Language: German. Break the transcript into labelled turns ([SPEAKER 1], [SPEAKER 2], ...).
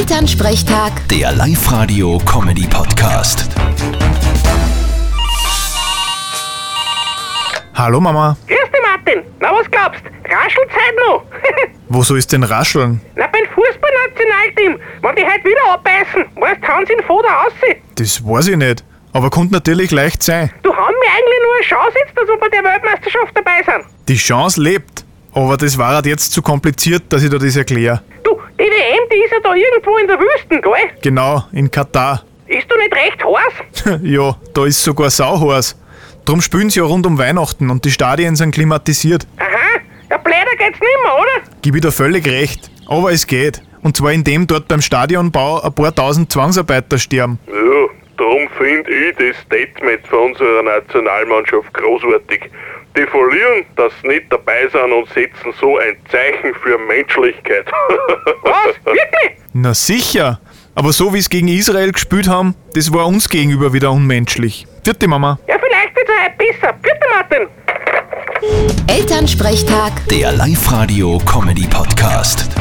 [SPEAKER 1] Elternsprechtag,
[SPEAKER 2] Der Live-Radio-Comedy-Podcast.
[SPEAKER 3] Hallo Mama,
[SPEAKER 4] Grüß dich, Martin. Na, was glaubst? Raschelt's heute noch?
[SPEAKER 3] wo soll denn rascheln?
[SPEAKER 4] Na, beim Fußballnationalteam. Wenn die heute wieder abbeißen, weißt, hauen sie in Foder raus.
[SPEAKER 3] Das weiß ich nicht, aber konnte natürlich leicht sein.
[SPEAKER 4] Du haben wir eigentlich nur eine Chance jetzt, dass wir bei der Weltmeisterschaft dabei sind.
[SPEAKER 3] Die Chance lebt, aber das war halt jetzt zu kompliziert, dass ich dir das erkläre.
[SPEAKER 4] Du, die WM, die ist ja da irgendwo in der Wüste, gell?
[SPEAKER 3] Genau, in Katar.
[SPEAKER 4] Ist du nicht recht heiß?
[SPEAKER 3] ja, da ist sogar Sauhors. Drum spielen sie ja rund um Weihnachten und die Stadien sind klimatisiert.
[SPEAKER 4] Aha, ja, bläder geht's nimmer, oder?
[SPEAKER 3] Gib ich dir völlig recht, aber es geht. Und zwar indem dort beim Stadionbau ein paar tausend Zwangsarbeiter sterben.
[SPEAKER 5] Ja, darum finde ich das Statement von unserer Nationalmannschaft großartig. Die verlieren, dass sie nicht dabei sind und setzen so ein Zeichen für Menschlichkeit.
[SPEAKER 4] Was? Wirklich?
[SPEAKER 3] Na sicher, aber so wie es gegen Israel gespielt haben, das war uns gegenüber wieder unmenschlich. Vierte Mama.
[SPEAKER 4] Ja, vielleicht wird's ja heute besser. Bitte, Martin.
[SPEAKER 1] Elternsprechtag.
[SPEAKER 2] Der Live-Radio-Comedy-Podcast.